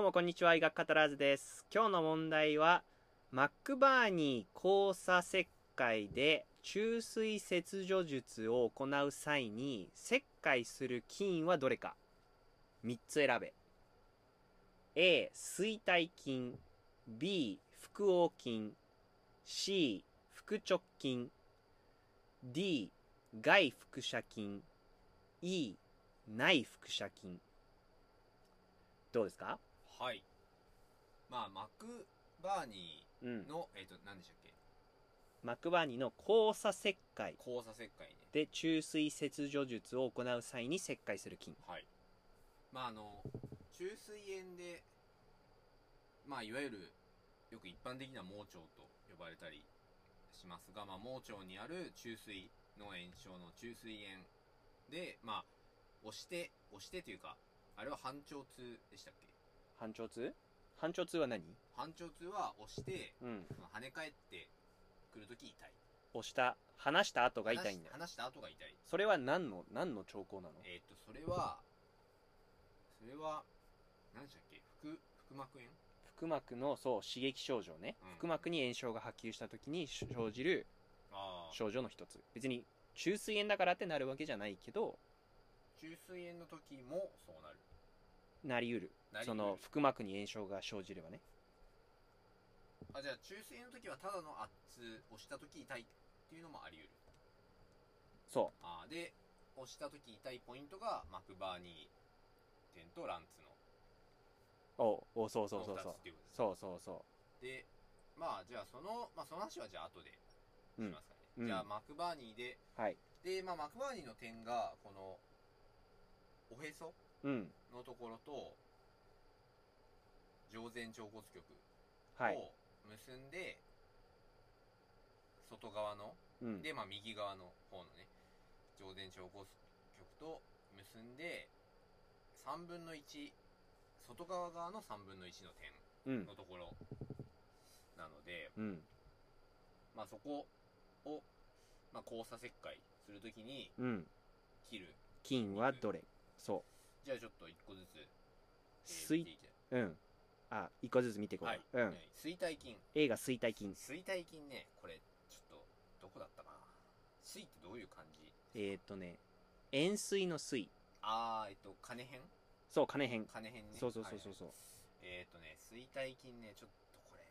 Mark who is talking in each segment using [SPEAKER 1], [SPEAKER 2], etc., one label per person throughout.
[SPEAKER 1] もこんにちは、医学カタラーズです。今日の問題は、マックバーニー交差切開で注水切除術を行う際に、切開する菌はどれか ?3 つ選べ。A、水体菌。B、腹横筋。C、腹直筋。D、外腹斜筋。E、内腹斜筋。どうですか
[SPEAKER 2] はい。まあ、マクバーニ
[SPEAKER 1] うん
[SPEAKER 2] ー。の、えっ、と、何でしたっけ
[SPEAKER 1] マクバーニの交差切開
[SPEAKER 2] 交差切開ね。
[SPEAKER 1] で注水切除術を行う際に切開する菌。
[SPEAKER 2] はい。まあ、あの、中水炎で、まあ、いわゆる、よく一般的な盲腸と呼ばれたりしますが、まあ、盲腸にある中水の炎症の中水炎で、まあ、押して、押してというか、あれは半腸痛でしたっけ
[SPEAKER 1] 半腸痛半腸痛は何
[SPEAKER 2] 半腸痛は押して、
[SPEAKER 1] うん。
[SPEAKER 2] その跳ね返ってくるとき痛い。
[SPEAKER 1] 押した、離した後が痛いんだよ。
[SPEAKER 2] 話した後が痛い。
[SPEAKER 1] それは何の、何の兆候なの
[SPEAKER 2] えーっ、と、それは、それは、何でしたっけ腹、腹膜炎
[SPEAKER 1] 腹膜の、そう、刺激症状ね
[SPEAKER 2] うん。
[SPEAKER 1] 腹膜に炎症が波及した時に生じる
[SPEAKER 2] あ
[SPEAKER 1] 症状の一つ。別に、中水炎だからってなるわけじゃないけど、
[SPEAKER 2] 中水炎の時もそうなる。
[SPEAKER 1] なりうる。
[SPEAKER 2] なりうる
[SPEAKER 1] その、腹膜に炎症が生じればね。
[SPEAKER 2] あ、じゃあ中水炎の時はただの圧、押した時痛いっていうのもあり得る。
[SPEAKER 1] そ
[SPEAKER 2] あーで、押した時痛いポイントが、マクバーニー点とランツの。
[SPEAKER 1] う。おお、そうそうそう
[SPEAKER 2] の
[SPEAKER 1] そう
[SPEAKER 2] 二つっ。ていうことです
[SPEAKER 1] そうそうそ
[SPEAKER 2] で、まあ、じゃあその、まあその話はじゃあ後でし
[SPEAKER 1] う。うん
[SPEAKER 2] ま。すかね。
[SPEAKER 1] うん
[SPEAKER 2] じゃあ、マクバーニーで、
[SPEAKER 1] はい。
[SPEAKER 2] で、まあ、マクバーニーの点が、この、おへそ
[SPEAKER 1] うん。
[SPEAKER 2] のところと上前腸骨局
[SPEAKER 1] はい。
[SPEAKER 2] を結んで、外側の
[SPEAKER 1] うん。
[SPEAKER 2] で、まあ、右側の方のね上前腸骨局と結んで3分の1外側側の3分の1の点
[SPEAKER 1] うん
[SPEAKER 2] の。ところなので、
[SPEAKER 1] うん。
[SPEAKER 2] まあ、そこを、まあ、交差切開するときに
[SPEAKER 1] うん。
[SPEAKER 2] 切る
[SPEAKER 1] 菌はどれそ
[SPEAKER 2] じゃあちょっと1個ずつ、え
[SPEAKER 1] 水。
[SPEAKER 2] ー見ていきたいう
[SPEAKER 1] うん。あ、一個ずつ見ていこう。
[SPEAKER 2] はい、
[SPEAKER 1] う
[SPEAKER 2] は
[SPEAKER 1] ん
[SPEAKER 2] い。水体筋
[SPEAKER 1] A が水体菌。
[SPEAKER 2] 水体筋ねこれちょっとどこだったかな水ってどういう感じ
[SPEAKER 1] えーっとね、塩水の水。
[SPEAKER 2] あーえっと金編
[SPEAKER 1] そう、金編。
[SPEAKER 2] 金編ね
[SPEAKER 1] そうそうそうそうそう。
[SPEAKER 2] はいはいえっとね水体筋ねちょっとこれ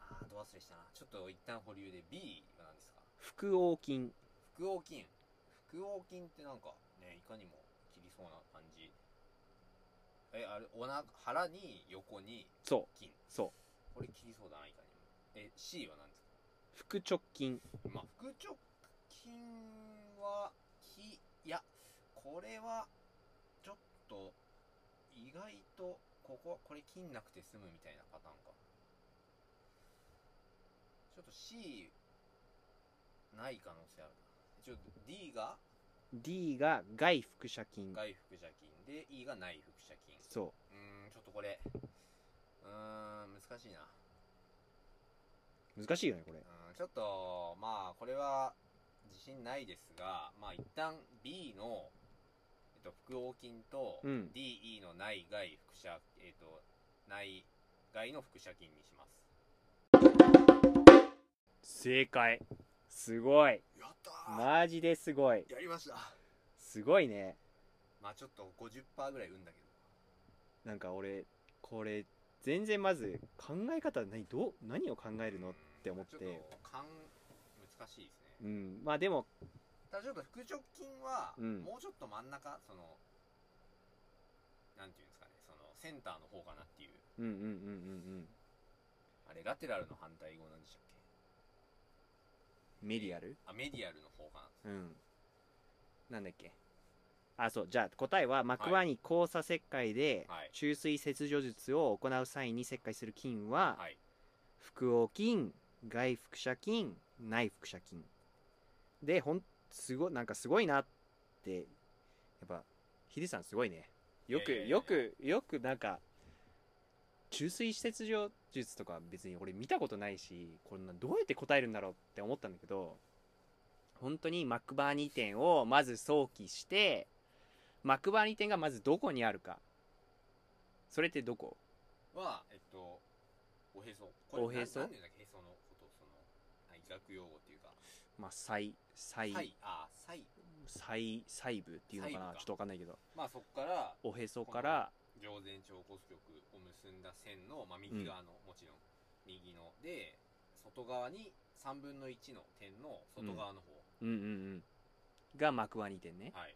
[SPEAKER 2] あーど忘れしたなちょっと一旦保留で B は何ですか
[SPEAKER 1] 腹横筋。
[SPEAKER 2] 腹横筋腹横筋ってなんかねいかにも切りそうな感じえあれおな腹に横に
[SPEAKER 1] そ
[SPEAKER 2] 筋
[SPEAKER 1] う、そ
[SPEAKER 2] これ切りそうだないかにもえ C は何ですか
[SPEAKER 1] う。腹直筋。
[SPEAKER 2] まあ、腹直筋は、き、いや、これは、ちょっと、意外と、ここは、これ切んなくて済むみたいなパターンか。ちょっと C、ない可能性あるな。ちょっと D が
[SPEAKER 1] D が外腹斜筋。
[SPEAKER 2] 外腹斜筋で、E が内腹斜筋。
[SPEAKER 1] そう
[SPEAKER 2] ーん、ちょっとこれ、うーん、難しいな。
[SPEAKER 1] う。難しいよね、これ。
[SPEAKER 2] うんちょっと、まあ、これは、自信ないですが、まあ、一旦 B の、えっと、腹横筋と、
[SPEAKER 1] うん
[SPEAKER 2] DE の内外腹斜、えっと、内外の腹斜筋にします。
[SPEAKER 1] 正解。すごい。
[SPEAKER 2] やった
[SPEAKER 1] マジですごい。
[SPEAKER 2] やりました
[SPEAKER 1] すごいね。
[SPEAKER 2] まあ、ちょっと50%ぐらい運だけど。
[SPEAKER 1] なんか俺、これ、全然まず、考え方、何、どう、何を考えるのって思っ
[SPEAKER 2] うんち
[SPEAKER 1] て
[SPEAKER 2] ょ。っと、勘、難しいです
[SPEAKER 1] う
[SPEAKER 2] ね。
[SPEAKER 1] ん。まあでも、
[SPEAKER 2] ただちょっと腹直筋は、
[SPEAKER 1] うん
[SPEAKER 2] もうちょっと真ん中、その、なんていうんですかね、その、センターの方かなっていう。
[SPEAKER 1] うんうんうんうんうん。
[SPEAKER 2] あれ、ラテラルの反対語なんでしたっけ
[SPEAKER 1] メディアル
[SPEAKER 2] あ、メディアルの方かな。
[SPEAKER 1] うん。なんだっけ。あ、そう。じゃあ答えは、マクワニ交差切開で
[SPEAKER 2] はい、
[SPEAKER 1] 注水切除術を行う際に切開する菌は、
[SPEAKER 2] はい。
[SPEAKER 1] 腹横筋、外腹斜筋、内腹斜筋。で、ほん、すご、なんかすごいなって、やっぱ、ヒデさんすごいね。よく、
[SPEAKER 2] いやいやいや
[SPEAKER 1] よく、よくなんか、注水切除術とか別に俺見たことないし、こんなどうやって答えるんだろうって思ったんだけど、本当にマクバーニ点をまず想起して、マクバーニ点がまずどこにあるか。それってどこ
[SPEAKER 2] は、えっと、おへそ。
[SPEAKER 1] おへそ
[SPEAKER 2] ななんていうんだっけへそのこと、その、あ医学用語っていうか。
[SPEAKER 1] まあ、細、細、
[SPEAKER 2] はい。ああ、サイ。
[SPEAKER 1] 細、細部っていうのか
[SPEAKER 2] 細
[SPEAKER 1] な
[SPEAKER 2] 部か
[SPEAKER 1] ちょっとわかんないけど。
[SPEAKER 2] まあそこから、
[SPEAKER 1] おへそから、
[SPEAKER 2] 上前腸骨極を結んだ線の、まあ、右側の、もちろん右ので外側に3分の1の点の外側の方、
[SPEAKER 1] うんうんうん。が幕輪に点ね。
[SPEAKER 2] はい、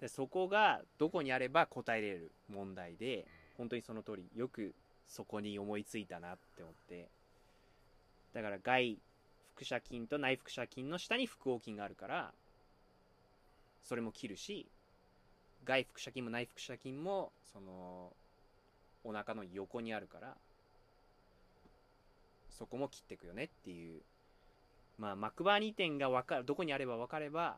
[SPEAKER 1] でそこがどこにあれば答えれる問題で、
[SPEAKER 2] うん
[SPEAKER 1] 本当にその通り、よくそこに思いついたなって思って。だから外腹斜筋と内腹斜筋の下に腹横筋があるから、それも切るし、外腹斜筋も内腹斜筋も、その、お腹の横にあるから、そこも切っていくよねっていう。まあ、幕場2点がわかる、どこにあれば分かれば、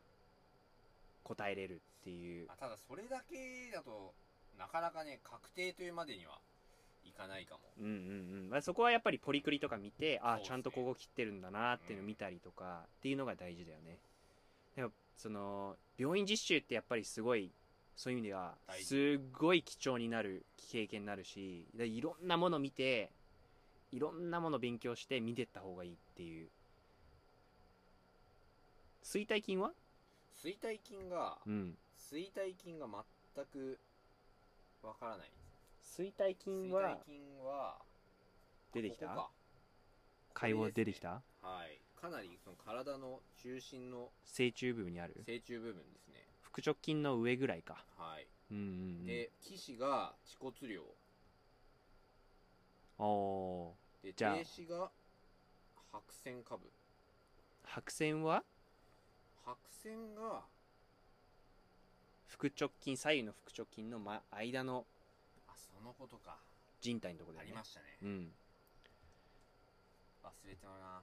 [SPEAKER 1] 答えれるっていう。
[SPEAKER 2] あただそれだけだとなかなかね確定というまでにはいかないかも
[SPEAKER 1] うんうんうんまあ、そこはやっぱりポリクリとか見てあ
[SPEAKER 2] そうっすね
[SPEAKER 1] ちゃんとここ切ってるんだなっていうの見たりとかっていうのが大事だよねでもその病院実習ってやっぱりすごいそういう意味では
[SPEAKER 2] 大事
[SPEAKER 1] すごい貴重になる経験になるしでいろんなもの見ていろんなもの勉強して見てった方がいいっていう衰退筋は
[SPEAKER 2] 衰退筋が
[SPEAKER 1] うん
[SPEAKER 2] 衰退筋が全くわからない
[SPEAKER 1] 衰退筋は
[SPEAKER 2] 衰退筋は
[SPEAKER 1] 出てきた
[SPEAKER 2] ここか
[SPEAKER 1] 会話出てきた
[SPEAKER 2] はいかなりその体の中心の
[SPEAKER 1] 正中部にある
[SPEAKER 2] 正中部分ですね
[SPEAKER 1] 腹直筋の上ぐらいか
[SPEAKER 2] はい
[SPEAKER 1] うんうんうん
[SPEAKER 2] で、騎士が恥骨量。
[SPEAKER 1] おー
[SPEAKER 2] で、
[SPEAKER 1] じゃあ
[SPEAKER 2] 停止が白線下部。
[SPEAKER 1] 白線は
[SPEAKER 2] 白線が、
[SPEAKER 1] 腹直筋左右の腹直筋の間間の
[SPEAKER 2] あ、そのことか。
[SPEAKER 1] 人体のところだ
[SPEAKER 2] あ
[SPEAKER 1] よ
[SPEAKER 2] り
[SPEAKER 1] ね
[SPEAKER 2] ましたね。
[SPEAKER 1] うん
[SPEAKER 2] 忘れてたな。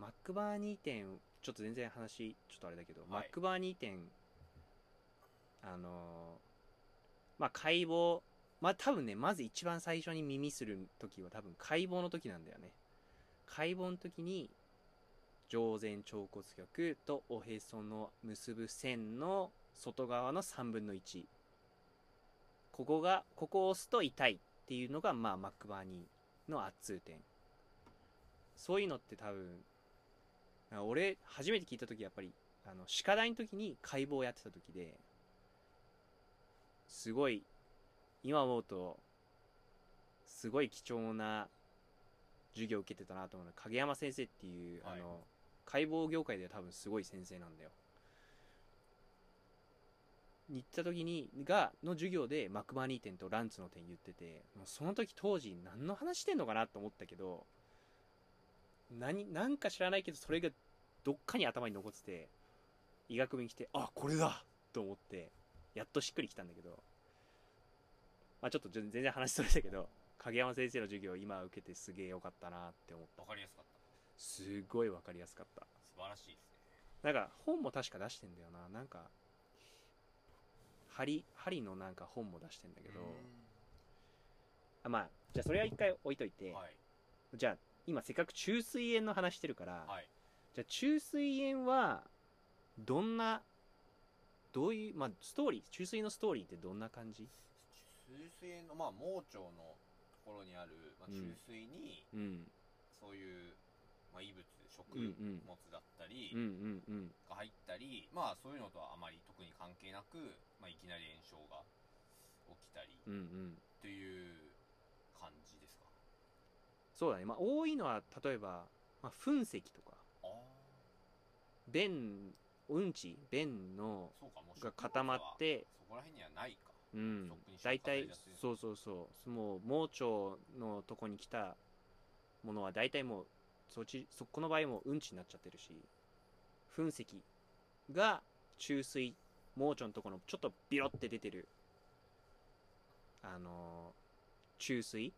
[SPEAKER 1] マックバー2点ちょっと全然話ちょっとあれだけど、
[SPEAKER 2] い
[SPEAKER 1] マックバー2点あのーまあ解剖まあ多分ねまず一番最初に耳する時は多分解剖の時なんだよね解剖の時に上前腸骨極とおへその結ぶ線の外側の3分の1ここがここを押すと痛いっていうのがまあマックバー2の圧痛点そういうのって多分あ俺初めて聞いた時やっぱりあの歯科大の時に解剖をやってた時ですごい今思うとすごい貴重な授業を受けてたなと思うのは影山先生っていう、
[SPEAKER 2] はい
[SPEAKER 1] あの解剖業界では多分すごい先生なんだよ。に行った時にがの授業でマクバニー点とランツの点言っててもうその時当時何の話してんのかなと思ったけど何なんか知らないけどそれがどっかに頭に残ってて医学部に来てあこれだと思ってやっとしっくりきたんだけど、まあ、ちょっと全全然話それたけど影山先生の授業を今受けてすげえよかったなって思った
[SPEAKER 2] わかりやすかった。
[SPEAKER 1] すごい分かりやすかった
[SPEAKER 2] 素晴らしいですね。
[SPEAKER 1] なんか本も確か出してんだよななんか針針のなんか本も出してんだけどあまあじゃあそれは一回置いといて、
[SPEAKER 2] はい。
[SPEAKER 1] じゃあ今せっかく虫垂炎の話してるから、
[SPEAKER 2] はい。
[SPEAKER 1] じゃあ虫垂炎はどんなどういうまあストーリー虫垂炎のストーリーってどんな感じ
[SPEAKER 2] 中水の、まあ、盲腸のところにある、まあ、
[SPEAKER 1] うん
[SPEAKER 2] 中水に、
[SPEAKER 1] うん
[SPEAKER 2] そういう、まあ、異物、食
[SPEAKER 1] うんう
[SPEAKER 2] 物
[SPEAKER 1] ん
[SPEAKER 2] だったり
[SPEAKER 1] うんう、んうん
[SPEAKER 2] が入ったり、まあ、そういうのとはあまり特に関係なく、まあ、いきなり炎症が起きたり、
[SPEAKER 1] うんうん
[SPEAKER 2] という感じですか。
[SPEAKER 1] そうだねまあ多いのは例えば、まあ、噴石とか
[SPEAKER 2] ああ、
[SPEAKER 1] 便うんち便の
[SPEAKER 2] そうか、もう
[SPEAKER 1] が固まっ。て
[SPEAKER 2] そこら辺にはないか。
[SPEAKER 1] うん
[SPEAKER 2] ショックに、しよう
[SPEAKER 1] 大
[SPEAKER 2] か大
[SPEAKER 1] 体
[SPEAKER 2] 体安いの
[SPEAKER 1] そうそうそうもう盲腸のとこに来たものは大体もうそっちそこの場合もううんちになっちゃってるし噴石が中水盲腸のとこのちょっとビロって出てるあのー中水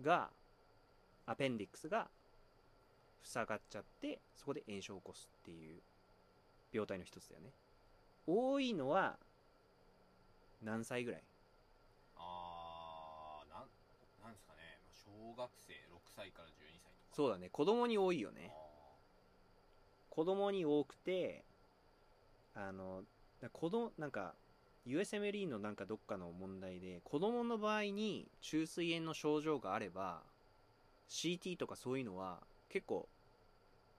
[SPEAKER 1] がアペンディックスが塞がっちゃってそこで炎症を起こすっていう病態の一つだよね多いのは何歳ぐらい
[SPEAKER 2] あー、なん、なんですかね。まあ小学生、6歳から12歳とか。
[SPEAKER 1] そうだね子供に多いよ
[SPEAKER 2] あー
[SPEAKER 1] ね子供に多くてあのだ子供なんか USMLE のなんかどっかの問題で子供の場合に虫垂炎の症状があれば CT とかそういうのは結構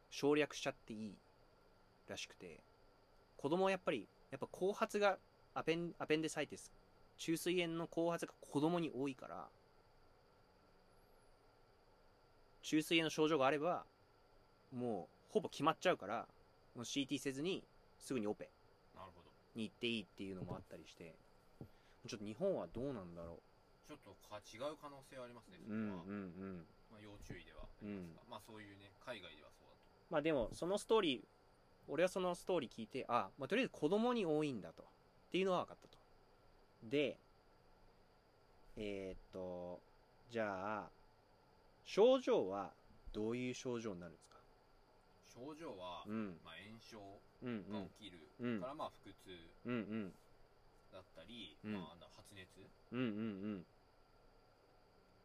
[SPEAKER 1] 省略しちゃっていいらしくて子供はやっぱりやっぱ後発がアペンアペンデサイティス虫垂炎の後発が子供に多いから虫垂炎の症状があればもうほぼ決まっちゃうからもう CT せずにすぐにオペ
[SPEAKER 2] なるほど
[SPEAKER 1] に行っていいっていうのもあったりしてちょっと日本はどうなんだろ
[SPEAKER 2] ちょっとか違う可能性はありますね
[SPEAKER 1] う
[SPEAKER 2] そ
[SPEAKER 1] う
[SPEAKER 2] こ
[SPEAKER 1] んうん
[SPEAKER 2] は、
[SPEAKER 1] うん
[SPEAKER 2] まあ、要注意ではありますが、まあそういうね海外ではそうだと
[SPEAKER 1] まあでもそのストーリー俺はそのストーリー聞いてあ、まあ、とりあえず子供に多いんだとっていうのは分かったとでえーっとじゃあ症状はどういう症状になるんですか
[SPEAKER 2] 症状は、
[SPEAKER 1] うん
[SPEAKER 2] まあ、炎症
[SPEAKER 1] うんう
[SPEAKER 2] が
[SPEAKER 1] ん
[SPEAKER 2] 起きる
[SPEAKER 1] うん
[SPEAKER 2] から、まあ腹痛
[SPEAKER 1] うんうん
[SPEAKER 2] だったり、
[SPEAKER 1] うん
[SPEAKER 2] まあ、あの発熱
[SPEAKER 1] うんうんうん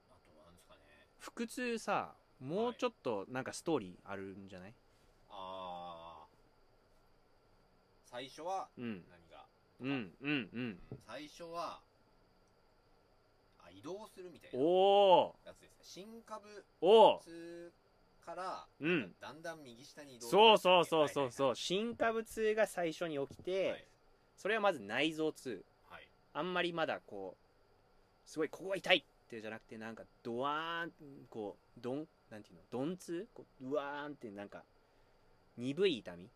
[SPEAKER 2] あとはなんですかね
[SPEAKER 1] 腹痛さもうちょっとなんかストーリーあるんじゃない、
[SPEAKER 2] ああ最初は
[SPEAKER 1] うん
[SPEAKER 2] 何が、
[SPEAKER 1] うんうんうん
[SPEAKER 2] 最初はあ移動するみたいな
[SPEAKER 1] おー
[SPEAKER 2] やつですね新株
[SPEAKER 1] おー
[SPEAKER 2] 通から、
[SPEAKER 1] うん
[SPEAKER 2] だんだん右下に移動
[SPEAKER 1] そうそうそうそう
[SPEAKER 2] う、
[SPEAKER 1] そう新株痛が最初に起きて、
[SPEAKER 2] はい
[SPEAKER 1] それはまず内臓痛
[SPEAKER 2] はい
[SPEAKER 1] あんまりまだこうすごいここが痛いってじゃなくてなんかドワーンこうドンなんていうのドン痛こううわーんってなんか鈍い痛み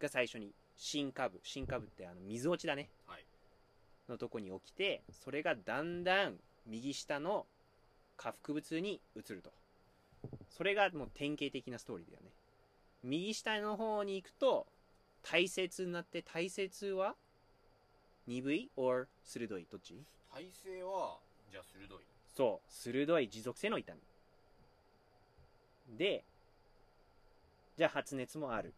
[SPEAKER 1] が最初に新株新株ってあの水落ちだね
[SPEAKER 2] はい
[SPEAKER 1] のとこに起きてそれがだんだん右下の下腹部痛に移るとそれがもう典型的なストーリーだよね右下の方に行くと体勢痛になって体勢痛は鈍い or 鋭いどっち
[SPEAKER 2] 体勢はじゃあ鋭い
[SPEAKER 1] そう鋭い持続性の痛みでじゃあ発熱もある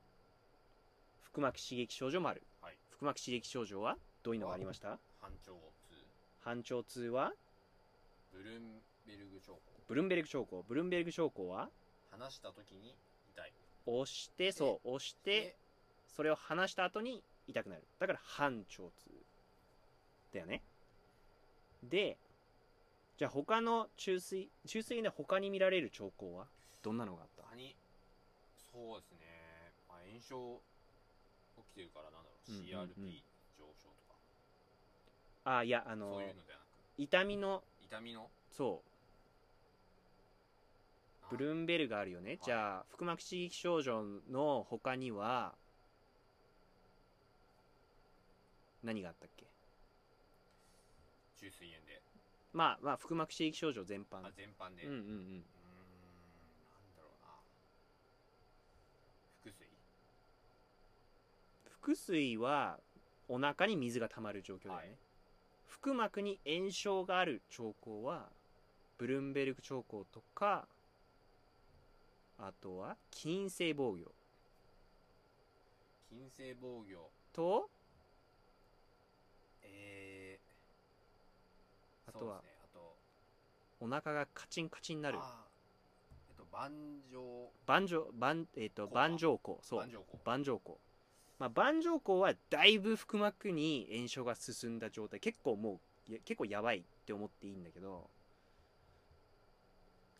[SPEAKER 1] 腹膜刺激症状もある、
[SPEAKER 2] はい
[SPEAKER 1] 腹膜刺激症状はどういうのがありました
[SPEAKER 2] 反調痛
[SPEAKER 1] 半腸痛は
[SPEAKER 2] ブルンベルグ症候
[SPEAKER 1] ブルンベルグ症候ブルンベルグ症候は
[SPEAKER 2] 離した時に痛い
[SPEAKER 1] 押してそう押してそれを離した後に痛くなるだから半腸痛だよねでじゃあ他の虫垂虫垂炎で他に見られる兆候はどんなのがあった
[SPEAKER 2] 他にそうですね、まあ、炎症起きてるからなんだろう、
[SPEAKER 1] うんうんうん
[SPEAKER 2] CRP 上昇とか
[SPEAKER 1] あいやあの
[SPEAKER 2] そういうのではなく
[SPEAKER 1] 痛みの
[SPEAKER 2] 痛みの
[SPEAKER 1] そうブ
[SPEAKER 2] ー
[SPEAKER 1] ルーンベルがあるよね、
[SPEAKER 2] い
[SPEAKER 1] じゃあ腹膜刺激症状の他には何があったっけ
[SPEAKER 2] 中水炎で、
[SPEAKER 1] まあまあ腹膜刺激症状全般
[SPEAKER 2] あ全般で
[SPEAKER 1] うんうんうん
[SPEAKER 2] うーんなんだろうな腹水
[SPEAKER 1] 腹水はお腹に水が溜まる状況だよね、
[SPEAKER 2] はい
[SPEAKER 1] 腹膜に炎症がある兆候はブルンベルク兆候とかあとは筋性防御
[SPEAKER 2] 筋性防御
[SPEAKER 1] と
[SPEAKER 2] えー、
[SPEAKER 1] あとは
[SPEAKER 2] そうですねあと
[SPEAKER 1] お腹がカチンカチンになる
[SPEAKER 2] あーえっと盤上
[SPEAKER 1] 盤状盤えっ、と
[SPEAKER 2] こうか
[SPEAKER 1] 盤状口そう
[SPEAKER 2] 盤上口
[SPEAKER 1] 盤状口まあ盤状口はだいぶ腹膜に炎症が進んだ状態結構もういや結構やばいって思っていいんだけど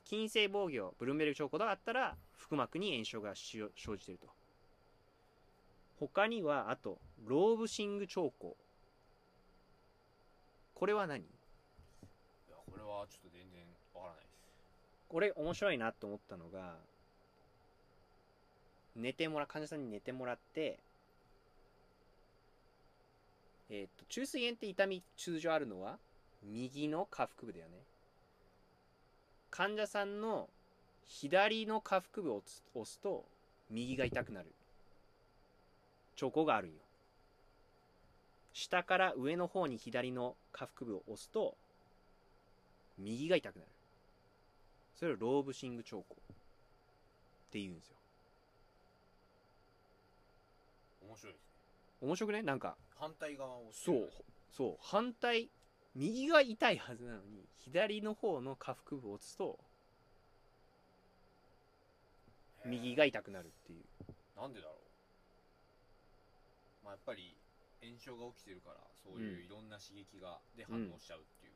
[SPEAKER 1] 筋性防御ブルンベルグ症候があったら腹膜に炎症がしよ生じてると他にはあとローブシング兆候これは何
[SPEAKER 2] いやこれはちょっと全然わからないです
[SPEAKER 1] これ面白いなと思ったのが寝てもら患者さんに寝てもらってえーっと虫垂炎って痛み通常あるのは右の下腹部だよね患者さんの左の下腹部をつ押すと右が痛くなる兆候があるんよ下から上の方に左の下腹部を押すと右が痛くなるそれをローブシング兆候って言うんですよ
[SPEAKER 2] 面白いですね
[SPEAKER 1] 面白くねなんか
[SPEAKER 2] 反対側を押して
[SPEAKER 1] そ
[SPEAKER 2] る
[SPEAKER 1] うそう反対右が痛いはずなのに左の方の下腹部を打つと
[SPEAKER 2] へー
[SPEAKER 1] 右が痛くなるっていう
[SPEAKER 2] なんでだろうまあやっぱり炎症が起きてるからそそういういろんな刺激が、で反応しちゃうっていう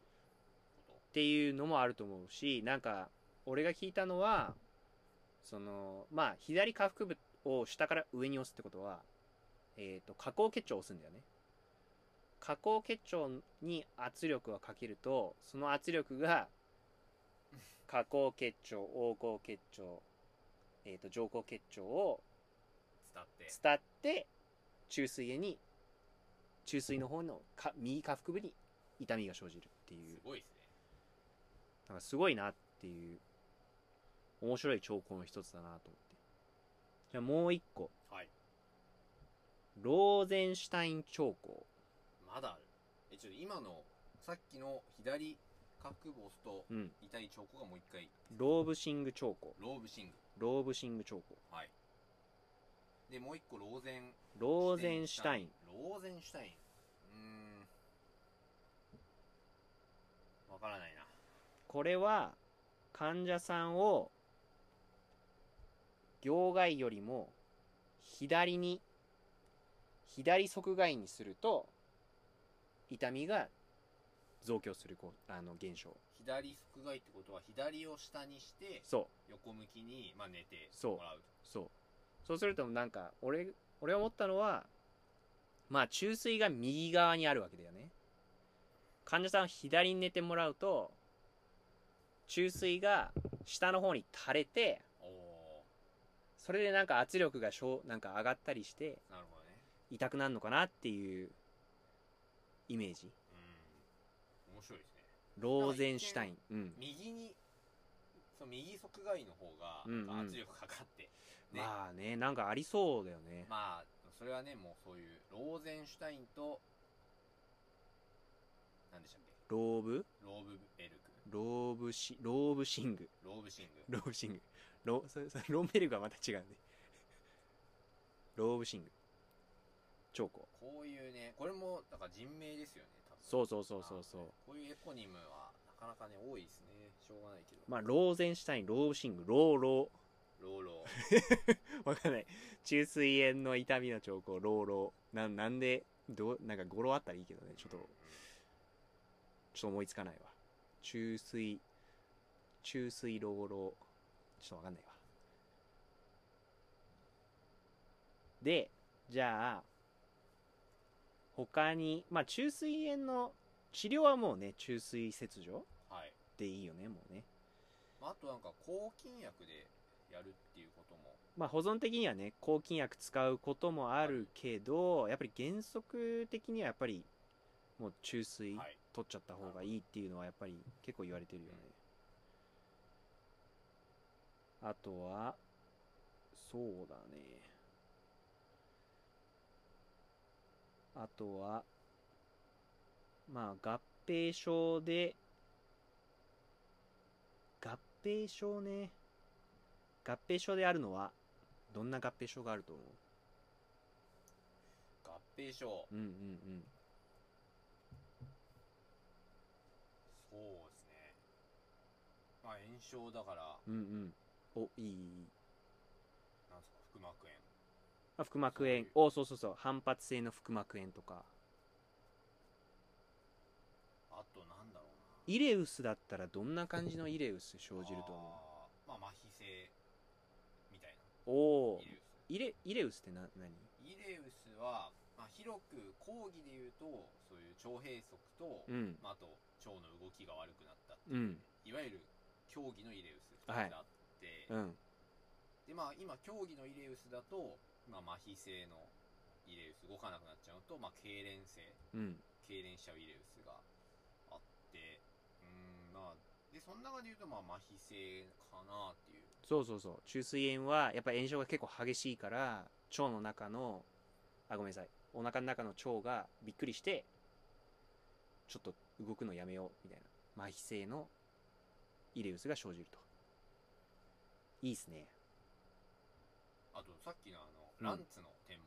[SPEAKER 2] こと、
[SPEAKER 1] っていうのもあると思うしなんか俺が聞いたのはそのまあ左下腹部を下から上に押すってことは、えー、と下行結腸を押すんだよね下行結腸に圧力をかけるとその圧力が下行結腸横行結腸、えー、と上行結腸を
[SPEAKER 2] 伝って
[SPEAKER 1] 伝って中水炎に中水の方のか右下腹部に痛みが生じるっていう
[SPEAKER 2] すごいですね
[SPEAKER 1] なんかすごいなっていう、面白い兆候の一つだなと思って。じゃあもう一個。
[SPEAKER 2] はい
[SPEAKER 1] ローゼンシュタイン兆候。
[SPEAKER 2] まだあるえちょっと今のさっきの左下腹部を押すと
[SPEAKER 1] うん。
[SPEAKER 2] 痛い兆候がもう一回
[SPEAKER 1] ローブシング兆候。
[SPEAKER 2] ローブシング
[SPEAKER 1] ローブシング兆候。
[SPEAKER 2] はいでもう一個ローゼン
[SPEAKER 1] ローゼンシュタイン。
[SPEAKER 2] ローゼンシュタインうーんわからないな
[SPEAKER 1] これは、患者さんを、行外よりも、左に、左側外にすると、痛みが増強するこうあの現象。
[SPEAKER 2] 左腹外ってことは左を下にして
[SPEAKER 1] そう。
[SPEAKER 2] 横向きに、まあ、寝て
[SPEAKER 1] そう
[SPEAKER 2] もらう
[SPEAKER 1] そうそうするとなんか俺俺思ったのはまあ注水が右側にあるわけだよね患者さんを左に寝てもらうと注水が下の方に垂れて
[SPEAKER 2] おお
[SPEAKER 1] それでなんか圧力がしょうなんか上がったりして
[SPEAKER 2] ーなるほどね
[SPEAKER 1] 痛くなるのかなっていうイメージ
[SPEAKER 2] うん面白いですね
[SPEAKER 1] ローゼンシュタインうん
[SPEAKER 2] 右にその右側外の方が
[SPEAKER 1] うんうん
[SPEAKER 2] なんか圧力かかって、ね
[SPEAKER 1] まあねなんかありそうだよね
[SPEAKER 2] まあそれはねもうそういうローゼンシュタインと何でしたっけ
[SPEAKER 1] ローブ
[SPEAKER 2] ローブベルク
[SPEAKER 1] ローブシローブシング
[SPEAKER 2] ローブシング
[SPEAKER 1] ローブシング。ロそそロンベルグはまた違うね。ローブシング。長江。
[SPEAKER 2] こういうねこれもだから人名ですよね多分
[SPEAKER 1] そうそうそうそうそう。
[SPEAKER 2] こういうエコニムはなかなかね多いですねしょうがないけど
[SPEAKER 1] まあ、ローゼンシュタイン、ローブシング、ローロ
[SPEAKER 2] ローロー
[SPEAKER 1] ー。わかんない。中水炎の痛みの兆候、ローロー。なんなんで、どう、なんか語呂あったらいいけどね。 ちょっと、ちょっと思いつかないわ。中水、中水ローロー。ちょっとわかんないわ。で、じゃあ、他に、まあ中水炎の治療はもうね、中水切除
[SPEAKER 2] はい、
[SPEAKER 1] でいいよね、もうね。
[SPEAKER 2] まあ、あとなんか抗菌薬でやるっていうことも
[SPEAKER 1] まあ保存的にはね、抗菌薬使うこともあるけど、やっぱり原則的にはやっぱり、もう中水
[SPEAKER 2] はい
[SPEAKER 1] 取っちゃった方がいいっていうのはやっぱり結構言われてるよね。あとは、そうだね。あとは、まあ合併症で、合併症ね。合併症であるのは、どんな合併症があると思
[SPEAKER 2] 合併症
[SPEAKER 1] ううんうんうん。
[SPEAKER 2] そうですねまあ炎症だから
[SPEAKER 1] うんうん。お、いいいいいい。
[SPEAKER 2] なんですか腹膜炎
[SPEAKER 1] あ腹膜
[SPEAKER 2] そうい
[SPEAKER 1] 炎
[SPEAKER 2] う。
[SPEAKER 1] お、そうそうそう。反発性の腹膜炎とか。
[SPEAKER 2] あとなんだろうな
[SPEAKER 1] イレウスだったらどんな感じのイレウス生じると思
[SPEAKER 2] あーまあ麻痺性みたいう
[SPEAKER 1] おお
[SPEAKER 2] なイ。レウス
[SPEAKER 1] イレ、イレウスってな、何
[SPEAKER 2] イレウスは、まあ、広く講義で言うとそういう腸閉塞と、
[SPEAKER 1] うん。
[SPEAKER 2] まあ、あと腸の動きが悪くなったっていう
[SPEAKER 1] ん。
[SPEAKER 2] う、いわゆる競技のイレウス2
[SPEAKER 1] はい
[SPEAKER 2] つあって、
[SPEAKER 1] うん。
[SPEAKER 2] でまあ今競技のイレウスだと、まあ、麻痺性のイレウス動かなくなっちゃうと、まあ、痙攣性
[SPEAKER 1] うん。
[SPEAKER 2] 痙攣しちゃうイレウスがあってうーんまあでその中で言うとまあ麻痺性かなっていう
[SPEAKER 1] そうそうそう。中水炎は、やっぱ炎症が結構激しいから、腸の中の、あ、ごめんなさい。お腹の中の腸がびっくりして、ちょっと動くのやめよう、みたいな。麻痺性のイレウスが生じると。いいっすね。
[SPEAKER 2] あとさっきのあの、
[SPEAKER 1] うん
[SPEAKER 2] ランツの点も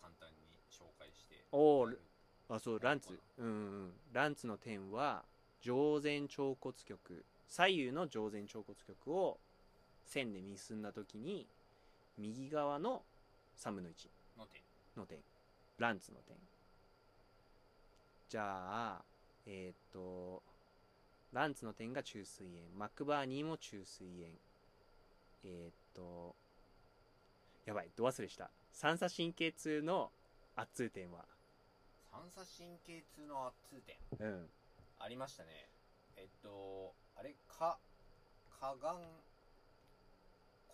[SPEAKER 2] 簡単に紹介して
[SPEAKER 1] おおあ、そう、
[SPEAKER 2] な
[SPEAKER 1] ラ
[SPEAKER 2] ん
[SPEAKER 1] ン
[SPEAKER 2] かな
[SPEAKER 1] ツ。うんうんうん。ランツの点は、上前腸骨極、左右の上前腸骨極を線で結んだときに、右側の3分の1
[SPEAKER 2] の点
[SPEAKER 1] の点。ランツの点。じゃあ、えーっと、ランツの点が中水炎、マックバーニーも中水炎。えーっと、やばい、ど忘れした。三叉神経痛の圧痛点は。
[SPEAKER 2] 三叉神経痛の圧痛点
[SPEAKER 1] うん。
[SPEAKER 2] ありましたねえっとあれか過眼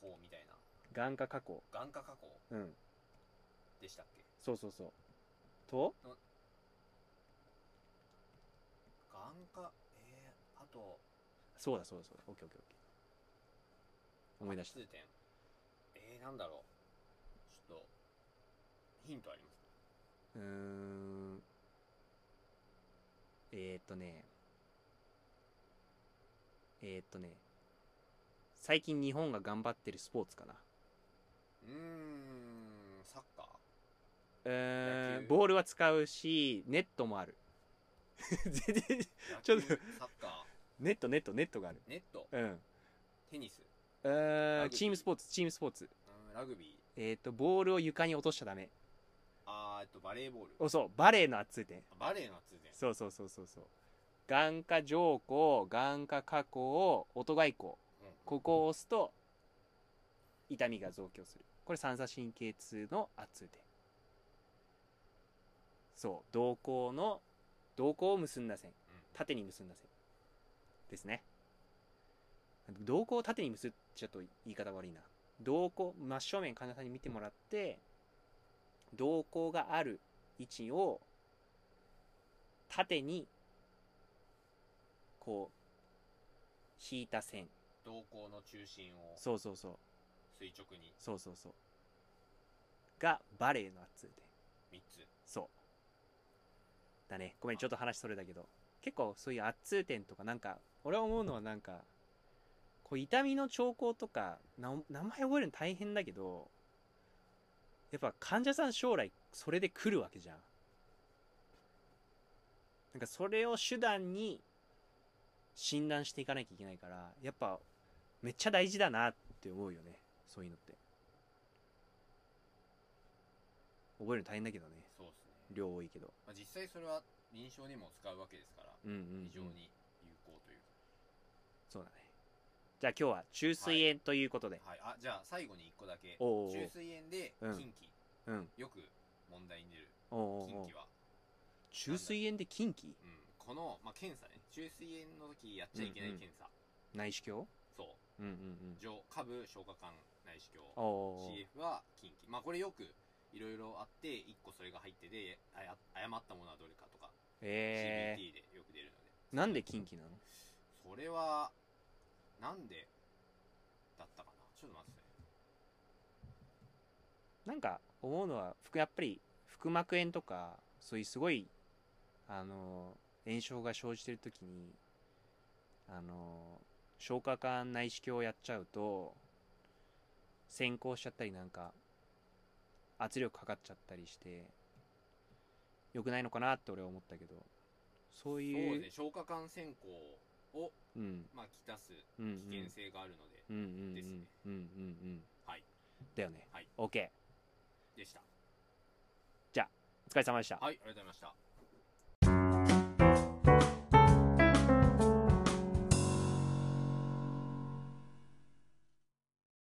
[SPEAKER 2] 光みたいな
[SPEAKER 1] 眼科加工。
[SPEAKER 2] 眼科加工
[SPEAKER 1] うん。
[SPEAKER 2] でしたっけ
[SPEAKER 1] そうそうそう。と
[SPEAKER 2] 眼科えー、あと
[SPEAKER 1] そうだそうだそうだ。オッケーオッケーオッケー。思い出した。
[SPEAKER 2] 圧痛点えー、なんだろうちょっとヒントあります
[SPEAKER 1] うーん。えー、っとね。えー、っとね。最近日本が頑張ってるスポーツかな。
[SPEAKER 2] うーんサッカー
[SPEAKER 1] うー
[SPEAKER 2] 野球
[SPEAKER 1] ん、ボールは使うし、ネットもある。全然、
[SPEAKER 2] 野
[SPEAKER 1] ちょっ
[SPEAKER 2] 球
[SPEAKER 1] と
[SPEAKER 2] サッカー
[SPEAKER 1] ネット、ネット、ネットがある。
[SPEAKER 2] ネット
[SPEAKER 1] うん。
[SPEAKER 2] テニス
[SPEAKER 1] うー
[SPEAKER 2] ラグ
[SPEAKER 1] ん、
[SPEAKER 2] ビー
[SPEAKER 1] チームスポーツ、チームスポーツ。
[SPEAKER 2] うんラグビー
[SPEAKER 1] えーっ、と、ボールを床に落としちゃダメ。
[SPEAKER 2] あーえっとバレーボール
[SPEAKER 1] お、そう、バレーの圧点。
[SPEAKER 2] バレーの圧痛点
[SPEAKER 1] そうそうそうそうそう。眼下上行、眼下下行、音外行。
[SPEAKER 2] うん
[SPEAKER 1] ここを押すと痛みが増強するこれ三叉神経痛の圧でそう瞳孔の瞳孔を結んだ線
[SPEAKER 2] うん
[SPEAKER 1] 縦に結んだ線ですね瞳孔を縦に結っちゃうと言い方悪いな瞳孔真正面患者さんに見てもらって瞳孔がある位置を縦にこう引いた線
[SPEAKER 2] 瞳孔の中心を
[SPEAKER 1] そうそうそう
[SPEAKER 2] 垂直に
[SPEAKER 1] そうそうそうがバレエの圧で
[SPEAKER 2] 3つ
[SPEAKER 1] そうだねごめんちょっと話それだけど結構そういう圧点とかなんか俺は思うのはなんかこう痛みの兆候とかな名前覚えるの大変だけどやっぱ患者さん将来それで来るわけじゃんなんかそれを手段に診断していかなきゃいけないからやっぱめっちゃ大事だなって思うよねそういうのって覚えるの大変だけどね
[SPEAKER 2] そうですね
[SPEAKER 1] 量多いけど
[SPEAKER 2] まあ、実際それは臨床にも使うわけですから、
[SPEAKER 1] うんうんうん、
[SPEAKER 2] 非常に有効という、
[SPEAKER 1] そうだねじゃあ今日は中水炎ということで、
[SPEAKER 2] はい、あじゃあ最後に1個だけ
[SPEAKER 1] おうおう
[SPEAKER 2] 中水炎で
[SPEAKER 1] うん
[SPEAKER 2] 近畿、
[SPEAKER 1] うん
[SPEAKER 2] よく問題に出る
[SPEAKER 1] おうおう
[SPEAKER 2] 近
[SPEAKER 1] おう
[SPEAKER 2] 畿は、
[SPEAKER 1] 中水炎で近畿
[SPEAKER 2] うん、この、まあ、検査ね中水炎の時やっちゃいけない検査、
[SPEAKER 1] 内視鏡
[SPEAKER 2] そう
[SPEAKER 1] うんうんうん
[SPEAKER 2] 上下部消化管内視鏡
[SPEAKER 1] おうおうおう
[SPEAKER 2] CF は近畿まあこれよくいろいろあって1個それが入っててあや誤ったものはどれかとか、
[SPEAKER 1] え
[SPEAKER 2] CBT でよく出るので
[SPEAKER 1] ー、なんで近畿なの
[SPEAKER 2] それは、なんでだったかなちょっと待ってね。
[SPEAKER 1] なんか思うのはふくやっぱり腹膜炎とかそういうすごいあの炎症が生じてる時にあの消化管内視鏡をやっちゃうと先行しちゃったりなんか圧力かかっちゃったりして良くないのかなって俺は思ったけどそう
[SPEAKER 2] そう
[SPEAKER 1] いう
[SPEAKER 2] ですね、消化管先行を、
[SPEAKER 1] うん
[SPEAKER 2] まあ、きたす
[SPEAKER 1] うんうん
[SPEAKER 2] 危険性があるので、
[SPEAKER 1] うんうん
[SPEAKER 2] ですね
[SPEAKER 1] うんうんうん
[SPEAKER 2] はい
[SPEAKER 1] だよね
[SPEAKER 2] はい
[SPEAKER 1] OK
[SPEAKER 2] でした。
[SPEAKER 1] お疲れ様でした
[SPEAKER 2] はい、ありがとうございました。